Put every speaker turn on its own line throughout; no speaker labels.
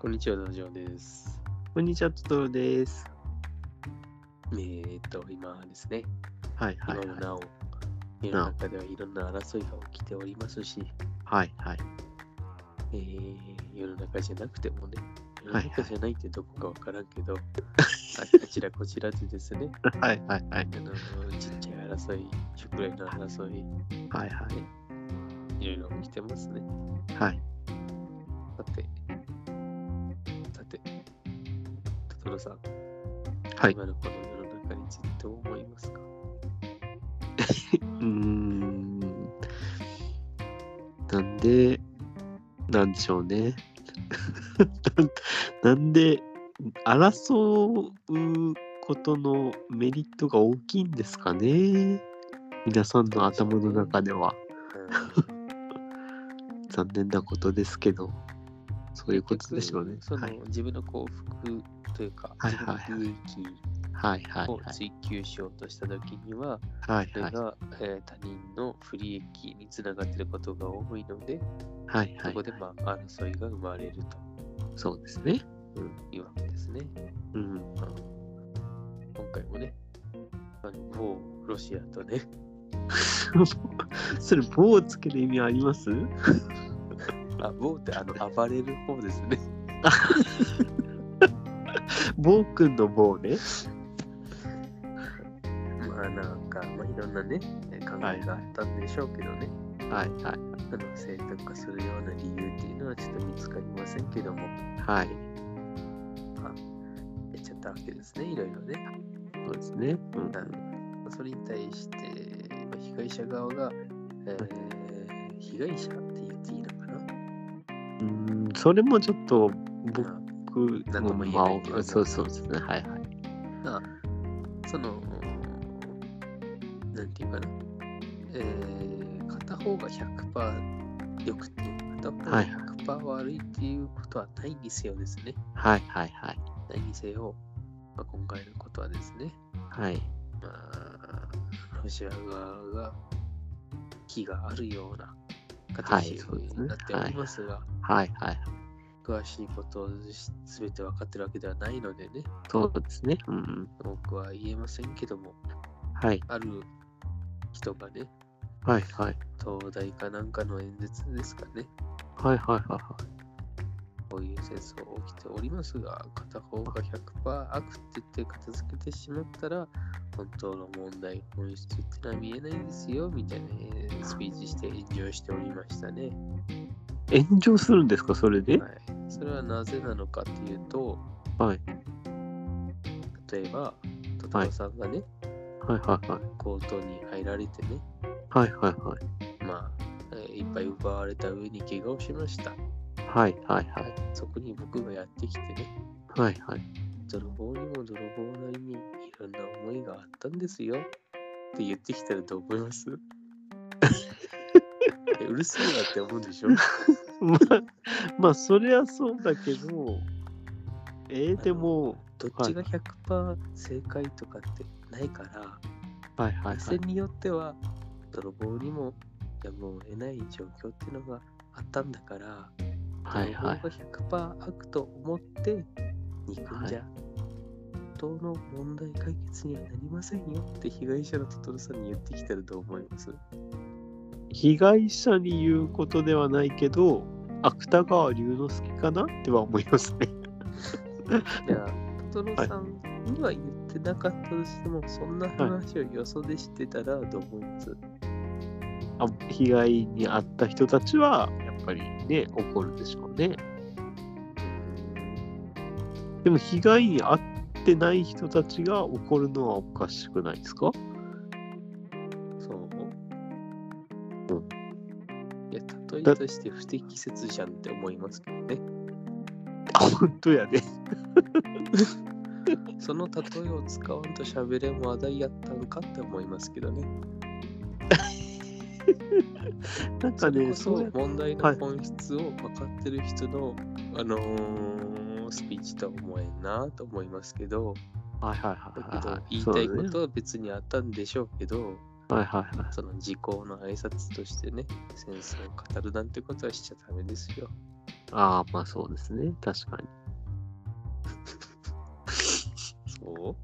こんにちは、道場です。
こんにちは、トトロです。
えー、っと、今ですね、
はいはいは
今
い
も。なお、世の中ではいろんな争いが起きておりますし、
はいはい。
えー、世の中じゃなくてもね、世の
はいはい
中じゃないってどこかわからんけ ど、ああちらこちらでですね、
はいはいはい。
あのちっちゃい争い、食料の争い、
はいはい。
いろいろ起きてますね。
はい。
さて、さて、トトロさん、
はい。
今のこの世の中についてどう思います か
うーん。なんで、なんでしょうね。 なんなんで、争うことのメリットが大きいんですかね。皆さんの頭の中では残念なことですけど、そういうことでしょうね。
その、
はい
自分の幸福というか、
はいはいはい
自分の利
はいは
益
い
を
はい。
追求しようとしたときには、
はい
そ
は
れ
い
が、えー他人の不利益につながっていることが多いので、
はいは
そ
い
こ。で、まあ、争いが生まれる
そうですね。
というわけですね。
うん。
今回もね、あの某ロシアとね、
それ棒をつける意味あります
あ某ってあの暴れる方ですね。
棒くんの棒ね。
まあなんか、まあ、いろんなね、考
は
え
い
があったんでしょうけどね、
はいはい
あの正当化するような理由っていうのはちょっと見つかりませんけども、
はい。
やっちゃったわけですね、いろいろね。
そうですね。うん。
それに対して、まあ被害者側が、えー被害者って言っていいのかな
うんそれもちょっと
ま
僕
なんとも言えないけど
まあそうそうですね。はいはい。
あその、なんていうかな、えー片方が100%良くて、片方
は
が
い
100%悪いっていうことはないにせよですね。
はいはいはい。
ないにせよ、まあ、今回のことはですね、
はい。
まあ、ロシア側が気があるような
はい
形
そうですね
になっておりますが、
はいはい。
詳しいことを全て分かってるわけではないのでね、
そうですね。うんうん。
僕は言えませんけども、
はい
ある人がね、
はいはい。
東大かなんかの演説ですかね、
はいはいはいは
こういう戦争起きておりますが、片方が100%悪って言って片付けてしまったら、本当の問題、本質ってのは見えないんですよ、みたいなえースピーチして炎上しておりましたね。
い。炎上するんですかそれで
はい、それはなぜなのかっていうと、
はい
例えば、トトロさんがね、
はいはいはい。
コートに入られてね、
はいはいはい。
まあ、えーいっぱい奪われた上に怪我をしました。
はいはいはい。
そこに僕がやってきてね、
はいはい。
泥棒にも泥棒なりにいろんな思いがあったんですよって言ってきたらどう思います えうるせえなって思うでしょ
まあ、まあ、そりゃそうだけど、えー、でも、
どっちが100%正解とかってないから、
はいはいは
それ
い。
によっては泥棒にもやむを得ない状況っていうのがあったんだから、
はいはい。
泥棒が100%悪と思って憎んじゃ、本当の問題解決にはなりませんよって被害者のトトロさんに言ってきたらどう思います
被害者に言うことではないけど芥川龍之介かなっては思いますね。
じゃあトトロさんには言ってなかったとしても、そんな話をよそでしてたらどう思います、
あ被害に遭った人たちはやっぱりね怒るでしょうね。でも被害に遭ってない人たちが怒るのはおかしくないですか
そう
う
いや例えとして不適切じゃんって思いますけどね。
本当やね。
その例えを使わんと喋れん話題やったんかって思いますけどね。
なんか
それ
ね
こそ
そうや
問題
は
の
い
本質を分かってる人の、あのースピーチとは思えんなと思いますけど、
はいはい
だけ
はいは
ど
い。
言いたい
そ
こ
うだね
とは別にあったんでしょうけど、
はいはいはい。
その時効の挨拶としてね、戦争を語るなんてことはしちゃダメですよ。
ああ、まあそうですね。確 かに。
そ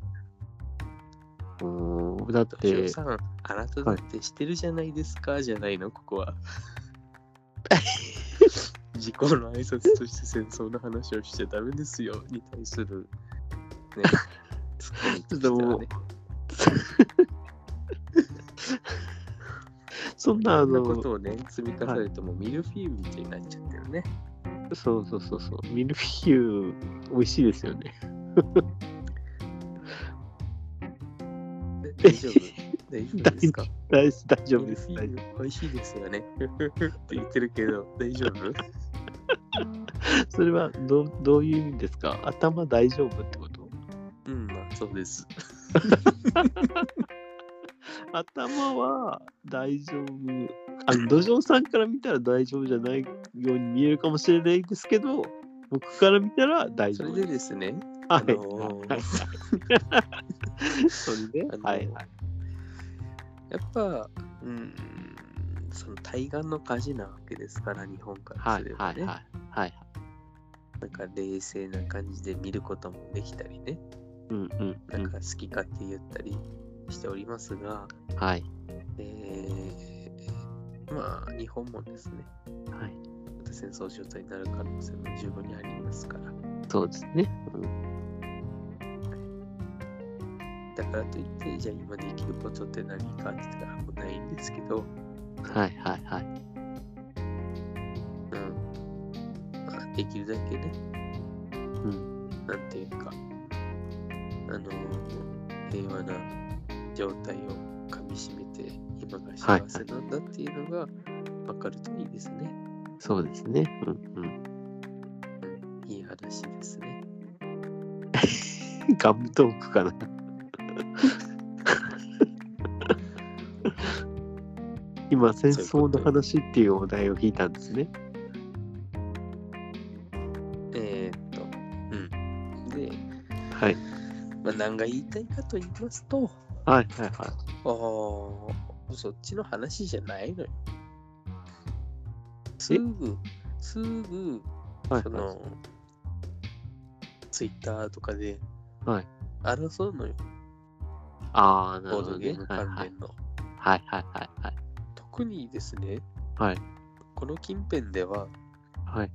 う
うーんだっ
吉尾
て、
さん、あなただってしてるじゃないですか、じゃないの、ここ は。自己の挨拶として戦争の話をしちゃダメですよ、に対する。 ね。ツッコミとしてはね
そん
い
なあ
ろんな
の、
ことをね、積み重ねてもミルフィーユみたいになっちゃってるね。
そうそうそうそう。ミルフィーユ、美味しいですよね。
え大丈夫大丈夫ですか
大大丈夫です。
ミル
大
フィ
丈
ーユ美味しいですよね。って言ってるけど、大丈夫
夫それはどうどういう意味ですか頭大丈夫ってこと
うん、まあそうです。
頭は大丈夫。あの、土壌さんから見たら大丈夫じゃないように見えるかもしれないですけど、僕から見たら大
そ
丈
れ
夫
で
です。
ですね、
は
あ
い。
のー
はいそれで
あの、ー
はいはい。
やっぱ、うん、その対岸の火事なわけですから、日本から
は
す
い
れ
は
ば
い
ね。
はい。はい。
なんか冷静な感じで見ることもできたりね、
うんうんう
なん
ん。
か好き勝手言ったりしておりますが、
はい。
えーまあ、日本もですね、
はい。
また戦争状態になる可能性も十分にありますから、
そうですね。うん
だからといって、じゃあ今できることって何かって言ったらもうないんですけど、
はいはいはい。
うん、まあ、できるだけね、
うん。
なんていうか、あの平和な状態をかみしめて、今が幸せなんだっていうのが分かるといいですね。
そうですね。うんうん。
いい話ですね。
ガムトークかな。今、戦争の話っていうお題を聞いたんですね。
えーっと、うん。で、
はい。
まあ、何が言いたいかと言いますと、
はいはいは
あーそっちの話じゃないのよ。すぐ、すぐ、
い。はい
そ
はい
の、ツイッターとかで、
はい
争うのよ、
ああ、なる
ボ
ほ
ード
ど
ゲー。
ね
ム
はい
関
はい
連の。
はいはいはいはい。
特にですね、
はい
この近辺では、
はい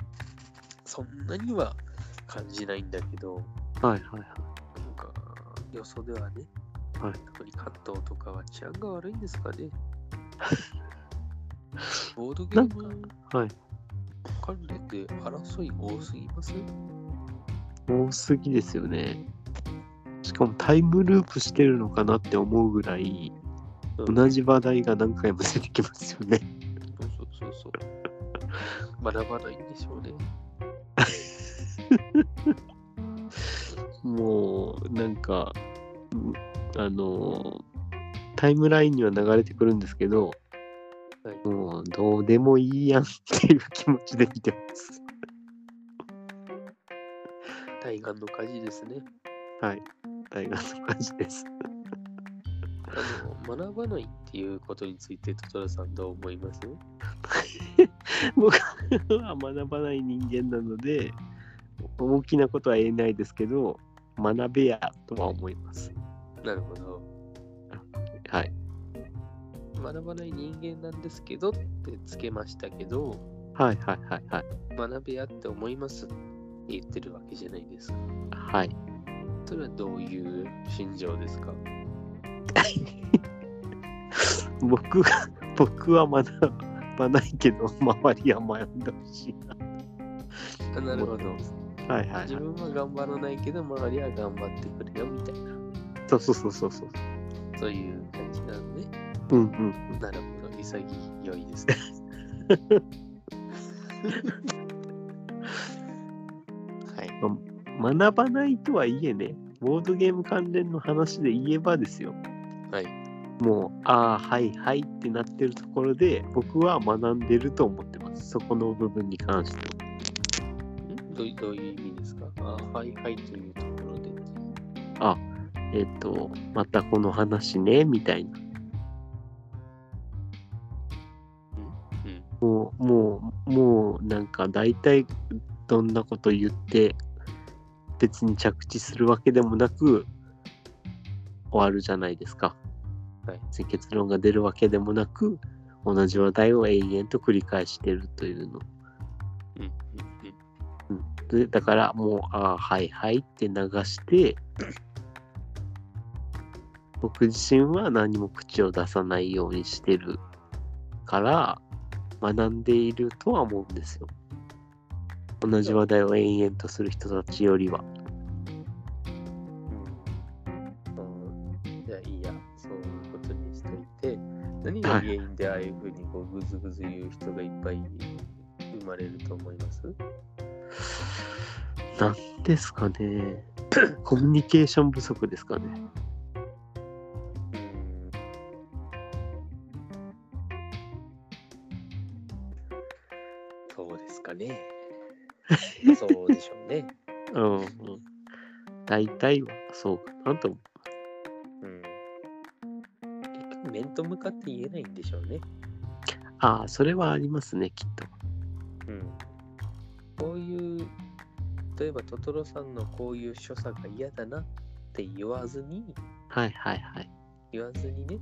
そんなには感じないんだけど、
はいはいはい。
なんか予想ではね、
はい
特に関東とかは治安が悪いんですか ね。ボードゲーム
はい
関連で争い多すぎます
多すぎですよね。しかもタイムループしてるのかなって思うぐらい、
うん
同じ話題が何回も出てきますよね。
そうそうそうそう。学ばないんでしょうね。
もうなんかうんあのタイムラインには流れてくるんですけど、
はい
もうどうでもいいやんっていう気持ちで見てます。
対岸の火事ですね。
はい。大学の感じです。
あの学ばないっていうことについて、トトラさんどう思います
僕は学ばない人間なので大きなことは言えないですけど学べやとは思います。
なるほど。
はい。
学ばない人間なんですけどってつけましたけど、
はいはいはいはい。
学べやって思いますって言ってるわけじゃないですか。
はい。
それはどういう心情ですか
僕が僕は学ばないけど周りは学んでほしいな。
あなるほど。
はいはい、はい
自。分は頑張らないけど、周りは頑張ってくれよみたいな、
そうそうそうそうそう。
そういう感じなのね。
うんうん。
なるほど、潔いです ね。はい。
学ばないとはいえね、ボードゲーム関連の話で言えばですよ。
はい。
もう、ああ、はいはいってなってるところで、僕は学んでると思ってます。そこの部分に関しては。
んどうどういう意味ですかあはいはいというところで。
えっ、と、またこの話ね、みたいな。
うん
もう、もう、もう、なんか大体どんなこと言って、別に着地するわけでもなく、終わるじゃないですか。
はい
別に結論が出るわけでもなく、同じ話題を永遠と繰り返してるというの。
うん
でだからもう、ああ、はいはいって流して、僕自身は何も口を出さないようにしてるから、学んでいるとは思うんですよ。同じ話題を延々とする人たちより
う
は。
んうんじゃあいいやそういうことにしといて何が原因でああいうふうにこうグズグズ言う人がいっぱい生まれると思います
なんですかね。 コミュニケーション不足ですかね。
うんそうですかね。そうでしょうね。
うんうん。大体はそうかなと思
うん。結局、面と向かって言えないんでしょうね。
う。ああ、それはありますね、きっと。
うん。こういう、例えばトトロさんのこういう所作が嫌だなって言わずに、
はいはいはい。
言わずにね、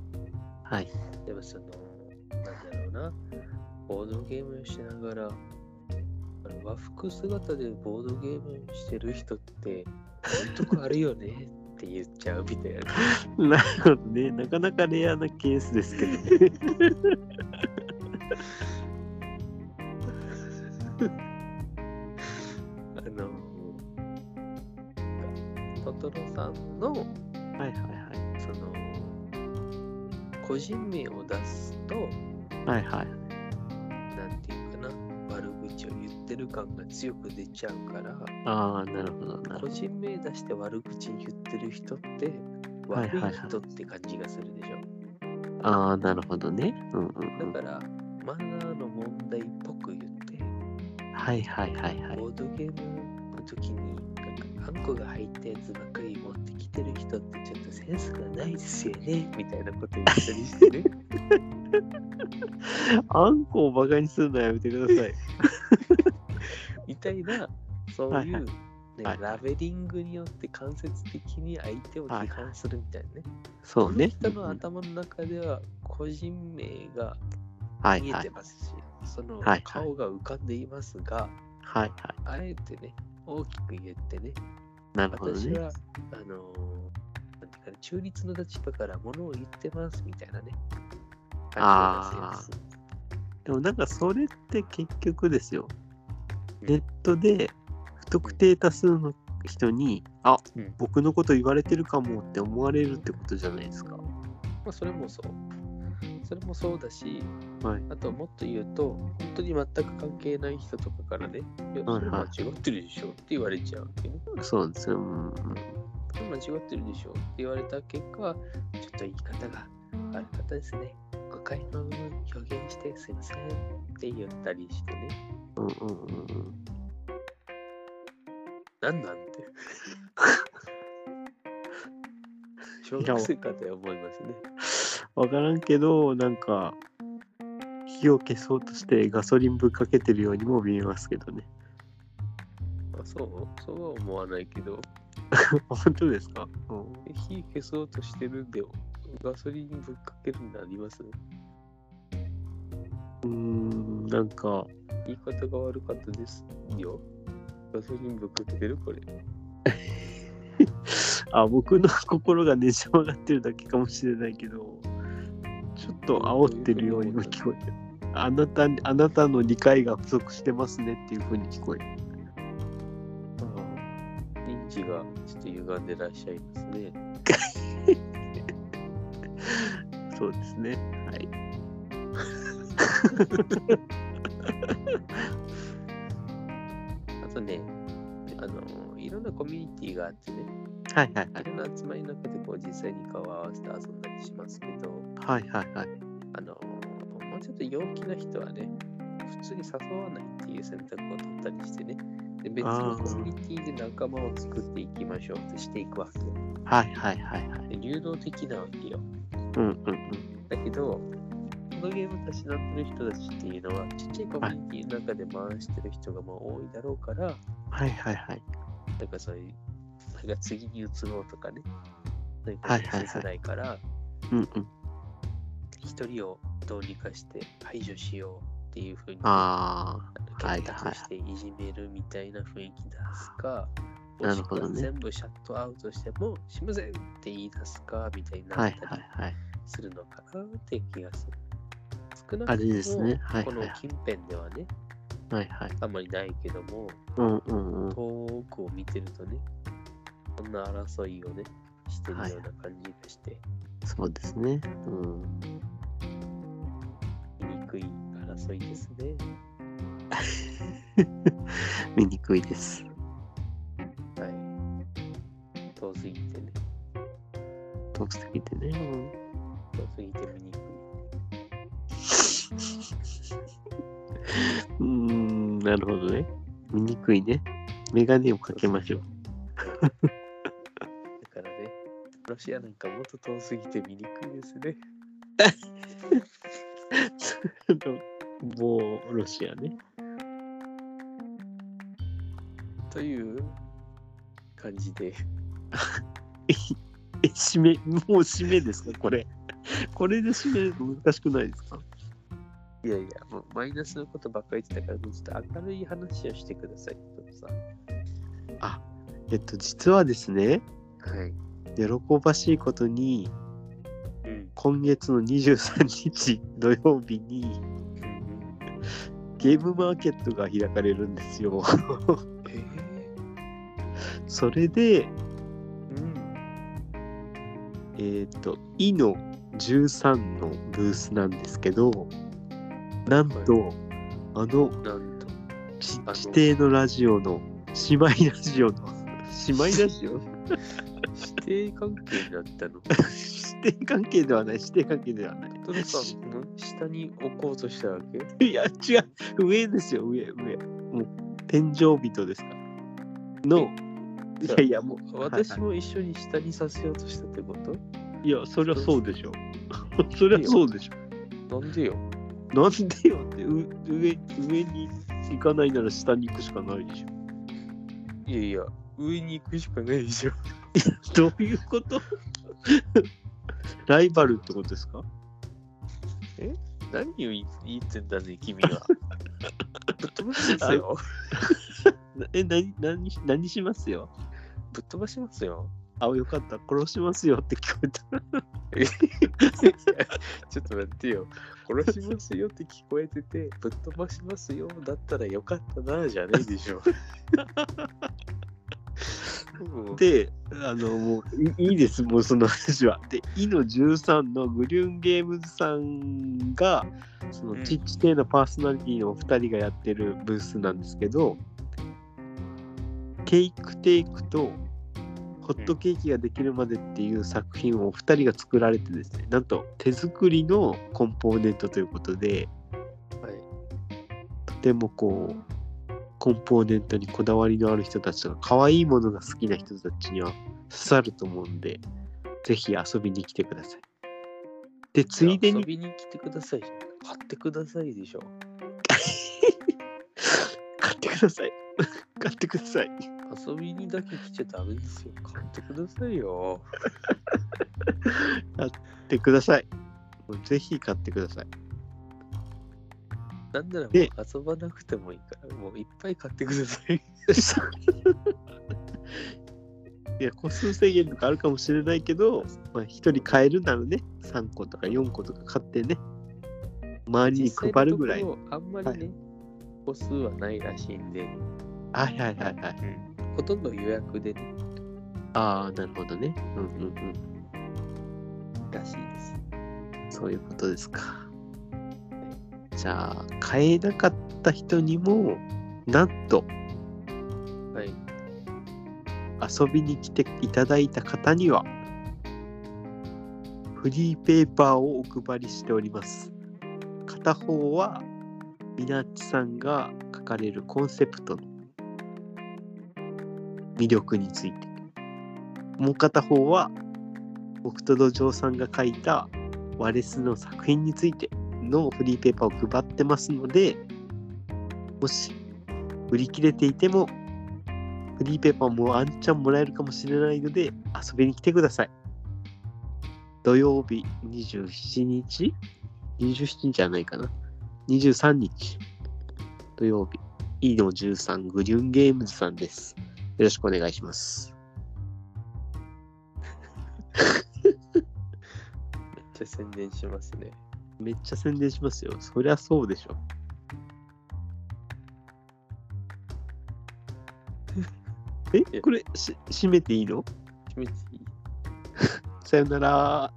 はい。
でもその、なんだろうな、ボードゲームしながら、あの和服姿でボードゲームしてる人って、そういうとこあるよねって言っちゃうみたいな。
なるほどね。なかなかレアなケースですけどね。
あの、トトロさんの、
はいはいは
その、個人名を出すと、
い。はいはい。
なんていうかな、悪口を言ってる感が強く出ちゃうから、
ああ、なるほどなるほ
個
ど。
人名出して悪口言ってる人って
はい
悪い
はいはい
人って感じがするでしょ、
ああ、なるほどね。うんうんうん。
だからマナーの問題っぽく言って、
はいはいはいはい。
ボードゲームの時になんかあんこが入ったやつばっかり持ってきてる人ってちょっとセンスがないですよねみたいなこと言ったりして ね
あんこをバカにするのやめてくださ い。
みたいなそういう、
はいは
ね
いはい
ラベリングによって間接的に相手を批判するみたいなね、
そうね。
この人の頭の中では個人名が
はい
見え
は
て
い。
ますし、その
いはい
顔が浮かんでいますが、
はいはい。
あえてね、大きく言ってね、
なるほど
私
ね。
は、あのーなんていうかな中立の立場からものを言ってますみたいなね。
あ
感
ー
じを出せま
でもなんかそれって結局ですよ。ネットで不特定多数の人に、あ
うん
僕のこと言われてるかもって思われるってことじゃないですか。
すまあ、それもそう。それもそうだし、
はい
あともっと言うと、本当に全く関係ない人とかからね、いや、
はい
それ間違ってるでしょって言われちゃうわけね。
そうなんですよ。うんうん
それ間違ってるでしょって言われた結果、ちょっと言い方が悪かったですね。誤解の部分表現してすいませんって言ったりしてね。
うんうんうんうん。
なんなんて。小学生かと思いますね。
わからんけど、なんか火を消そうとしてガソリンぶっかけてるようにも見えますけどね。
あそうそうは思わないけど、
本当ですか、うん
火消そうとしてるんで、ガソリンぶっかけるんであります
うーんなんか、
言い方が悪かったですよ。ガソリンぶっかけてるこれ。
あ、僕の 心がねじ曲がってるだけかもしれないけど、ちょっと煽ってるようにも聞こえる。あなたに、あなたの理解が不足してますねっていうふうに聞こえる。
認知がちょっと歪んでらっしゃいますね。
そうですね。はい。
あとね、あの、いろんなコミュニティがあってね、
はいはい
あれの集まりの中でこう実際に顔を合わせて遊んだりしますけど、
はい。はいはいはい。
あのーもうちょっと陽気な人はね、普通に誘わないっていう選択を取ったりしてね、で別
あ
の
ー
コミュニティで仲間を作っていきましょうってしていくわけよ。
はいはいはいはい。
で流動的なわけよ。
うんうんうん。
だけど、ドゲームたしなってる人たちっていうのは、ちっちゃいコミュニティの中で回してる人がまあ多いだろうから、
はいはいはい。
なんかそういう、なんか次に移ろうとかね、そういうこ
はい
と
はいはい
させないから、
うんうん。
一人をどうにかして排除しようっていうふうに、
あは
計
いはい
画していじめるみたいな雰囲気出すか、
なるほどね
もしくは全部シャットアウトしても、しませんって言い出すかみたいに
あ、
な
は
っ
い
た
は
り
いはい。
するのかなって気がする。少な
あ
く
れです
とも、
ね。はい
こ
はい
の
はい。
近辺ではね、
はいはい。
あんまりないけども、
うんうんうん。
遠くを見てるとね、こんな争いをね、してるような感じがして、
そうですね。うん。
醜い争いですね。
見にくいです。
はい。遠すぎてね、
遠すぎてね。うん
遠すぎて見にくい。
うーん、なるほどね。見にくいね。メガネをかけましょう。
だからね、ロシアなんかもっと遠すぎて見にくいですね。
もう、ロシアね。
という感じで、
え、締め、もう締めですかこれ。 これで締めるの難しくないですか
いやいや、もうマイナスのことばっかり言ってたから、もうちょっと明るい話をしてください、お父さん。
えっと、実はですね、
はい。
喜ばしいことに、
うん。
今月の23日土曜日に、ゲームマーケットが開かれるんですよ。
えー
それで、
うん。
えっ、と、イの13のブースなんですけど、なんと、あの、
なんと。
ち
あの
地底のラジオの、姉妹ラジオの、姉妹ラジオ
指定関係になったの。
指定関係ではない、指定関係ではない。
トルさんの下に置こうとしたわけ
いや、違う、上ですよ、上、上。もう、天井人ですから。の、いやいや、もう、
私
はい
も一緒に下にさせようとしたってこと
はいいや、そりゃそうでしょ。 そりゃそうでしょ。
なんでよ。
なんでよって、う上、上に行かないなら下に行くしかないでしょ。
いやいや、上に行くしかないでしょ。
どういうことライバルってことですか
何を言い言ってんだね、君は。ぶっ飛ばしますよ。
なえ、なに、なに、何しますよ
ぶっ飛ばしますよ。
あ、よかった。殺しますよって聞こえた。
ちょっと待ってよ。殺しますよって聞こえてて、ぶっ飛ばしますよだったらよかったな、じゃないで しょ。もう
で、あの、もういいいです、もうその話は。で、イの13のグリューンゲームズさんが、その
うん
ちっちてのパーソナリティのお二人がやってるブースなんですけど、テイクテイクと、ホットケーキができるまでっていう作品をお二人が作られてですね、なんと手作りのコンポーネントということで、
はい
とてもこうコンポーネントにこだわりのある人たちとか可愛いものが好きな人たちには刺さると思うんでぜひ遊びに来てくださいでついで
遊
に
びに来てくださいじゃん。買ってくださいでしょ。
買ってください 買ってください
遊びにだけ来ちゃダメですよ。買ってくださいよ。
買ってくださいもうぜひ買ってください
なんならもう
で
遊ばなくてもいいから、もういっぱい買ってください。
いや個数制限とかあるかもしれないけど、まあ、1人買えるならね3個とか4個とか買ってね周りに配るぐらい
実際のところあんまりね、個数はないらしいんで、
はいはいはいはい
ほとんど予約で、ね、
ああ、なるほどね。うんうん
らしいです。
うん。そういうことですか。じゃあ、買えなかった人にも、なんと
はい。
遊びに来ていただいた方には、フリーペーパーをお配りしております。片方は、みなっちさんが書かれるコンセプトの魅力について。もう片方は、僕と土壌さんが書いたワレスの作品について。のフリーペーパーを配ってますので、もし売り切れていても、フリーペーパーもあんちゃんもらえるかもしれないので、遊びに来てください。土曜日27日 ?27 日じゃないかな。23日土曜日、E の13グリュンゲームズさんです。よろしくお願いします。
めっちゃ宣伝しますね。
めっちゃ宣伝しますよ。そりゃそうでしょ。 え、これし、閉めていいの
決めていい
さよなら。